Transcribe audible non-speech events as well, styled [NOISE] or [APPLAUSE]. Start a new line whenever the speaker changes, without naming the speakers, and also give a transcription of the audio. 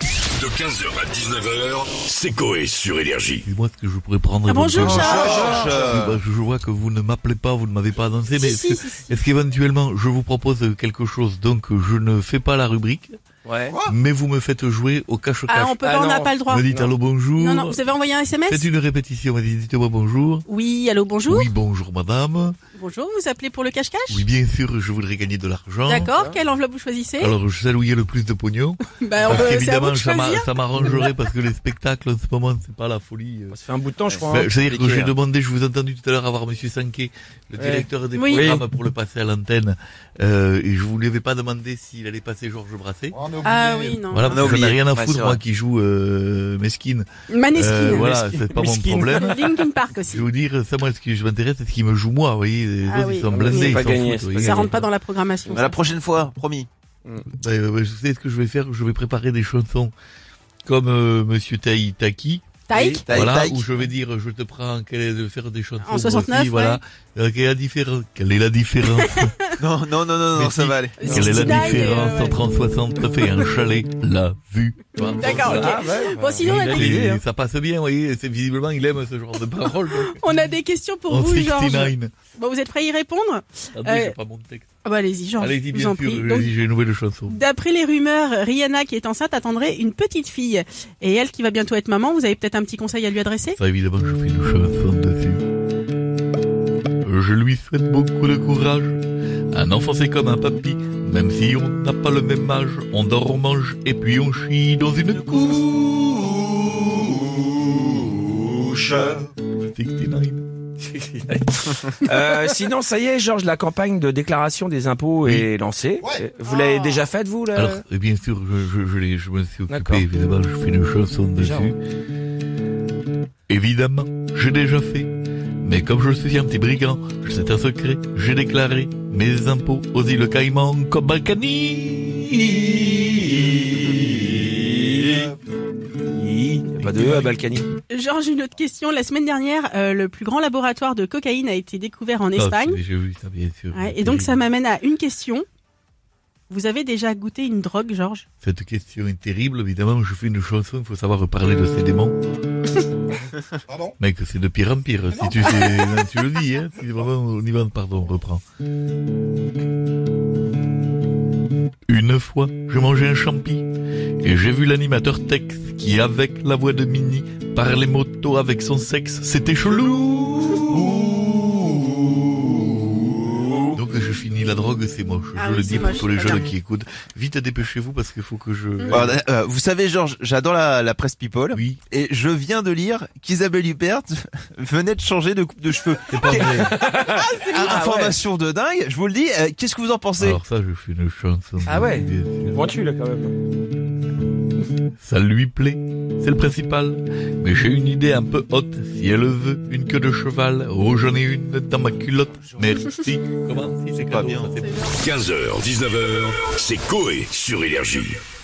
De 15h à 19h, c'est Coé sur Énergie.
Dites-moi ce que je pourrais prendre.
Ah, bonjour,
éventuellement.
Charles.
Oui, bah, je je vois que vous ne m'appelez pas, vous ne m'avez pas annoncé, mais
si,
est-ce
si, si.
que- est-ce qu'éventuellement je vous propose quelque chose Donc je ne fais pas la rubrique,
Ouais.
mais vous me faites jouer au cache-cache.
Ah, on peut
Ah,
pas, on
non.
n'a pas le droit.
me dites allô bonjour.
Non, non, vous avez envoyé un
Faites
SMS
une répétition, vas-y, dites-moi bonjour.
Oui, allô, bonjour.
Oui, bonjour madame.
Bonjour, vous appelez pour le cache-cache
Oui, bien sûr, je voudrais gagner de l'argent.
D'accord, quelle enveloppe vous choisissez
Alors, je sais où il y a le plus de pognon.
Bah, on
Parce
peut- c'est à vous
qu'évidemment,
de
ça m'a-
choisir.
ça m'arrangerait parce que les spectacles en ce moment, c'est pas la folie. euh.
Bah, Ça fait un bout de temps, je crois.
Ben, C'est-à-dire que
Compliqué,
j'ai
hein.
demandé, je vous ai entendu tout à l'heure avoir Monsieur Sanquet, le
Ouais.
directeur des
Oui.
programmes pour le passer à l'antenne, euh, et je vous lui avais pas demandé s'il allait passer Georges Brassé.
Ah oui, non.
Voilà,
On
parce que
a
j'en ai
oublié.
rien à
Ouais,
foutre,
c'est
moi
vrai.
qui joue euh, Mesquine.
Maneskin.
Euh, voilà, c'est pas mon
Mesquine.
problème.
Linkin Park
Je
aussi.
vais vous dire, ça, moi, ce qui je m'intéresse, c'est ce qui me joue moi, vous voyez, les
Ah
autres,
oui.
ils sont
Ah,
blindés,
c'est
ils
pas
s'en
gagné,
foutent,
c'est
vous
pas
voyez.
Ça rentre pas dans la programmation.
À Bah, la prochaine fois, promis.
Ben, euh, ben, je sais ce que je vais faire, je vais préparer des chansons comme euh, Monsieur Taï Taki.
Taïk
Taïk,
voilà,
taïk.
où je vais dire, je te prends, quelle est de faire des chansons.
En 69,
aussi, voilà. Euh, quelle est la différence Quelle est la
[LAUGHS]
différence
Non, non, non, non,
Mais
non
si.
ça va aller.
Quelle est la
Sixty-nine,
différence
euh, ouais.
entre en 69 et un chalet La vue. Voilà.
D'accord, ok.
Ah, ouais,
Bon, sinon, on a, hein.
Il a
des,
des- ça passe bien, vous voyez. C'est visiblement, il aime ce genre de paroles.
[LAUGHS]
donc.
on a des questions pour
en
vous, Georges. Euh,
69.
Bon, vous êtes prêt à y répondre
Attendez,
Euh,
j'ai pas mon texte.
ah bah, Allez-y, Georges.
Allez-y,
je
bien
vous en
sûr.
prie.
je-
Donc,
J'ai une nouvelle chanson.
D'après les rumeurs, Rihanna qui est enceinte attendrait une petite fille. Et elle qui va bientôt être maman, vous avez peut-être un petit conseil à lui adresser
Ça, évidemment, je fais une chanson dessus. Je lui souhaite beaucoup de courage. Un enfant, c'est comme un papy. Même si on n'a pas le même âge, on dort, on mange et puis on chie dans une couche.
Couche.
69.
Euh, sinon, ça y est, Georges, la campagne de déclaration des impôts est lancée. Vous l'avez déjà faite, vous là
Alors, euh, bien sûr, je, je, je, l'ai- je me suis
D'accord.
occupé, évidemment, je fais une chanson dessus.
Déjà,
Évidemment, j'ai déjà fait. Mais comme je suis un petit brigand, c'est un secret, j'ai déclaré mes impôts aux îles Caïmans comme un cani.
Il n'y a pas de E à Balkany.
Georges, une autre question. La semaine dernière, euh, le plus grand laboratoire de cocaïne a été découvert
Ah,
en Espagne.
J'ai vu ça, bien sûr.
Ouais, et donc ça m'amène à une question. Vous avez déjà goûté une drogue, Georges
Cette question est terrible, évidemment, je fais une chanson, il faut savoir parler de ces
[LAUGHS]
démons.
Pardon
Mec, c'est de pire en pire, si tu, sais, non, tu le dis, hein, si vraiment on y va, pardon, on reprend. Une fois, je mangeais un champi, et j'ai vu l'animateur Tex, qui avec la voix de Mini, parlait moto avec son sexe, c'était chelou Donc je finis la drogue, c'est moche,
Ah
je
oui,
le
c'est
dis pour
moche,
tous les
c'est pas
jeunes
bien.
qui écoutent. Vite, dépêchez-vous, parce qu'il faut que je...
Bon, euh, vous savez, Georges, j'adore la, la presse People.
Oui,
Et je viens de lire qu'Isabelle Huppert [LAUGHS] venait de changer de coupe de cheveux. Ah,
c'est pas
[LAUGHS]
vrai Ah,
Information de dingue, je vous le dis. euh, Qu'est-ce que vous en pensez
Alors ça, je fais une chanson.
Ah ouais
bien sûr.
Pointu là quand même.
Ça lui plaît, c'est le principal. Mais j'ai une idée un peu haute. Si elle veut une queue de cheval, oh j'en ai une dans ma culotte. Merci. Comment si c'est
Pas bien.
ça, c'est-
15h, 19h, c'est Coé sur Énergie.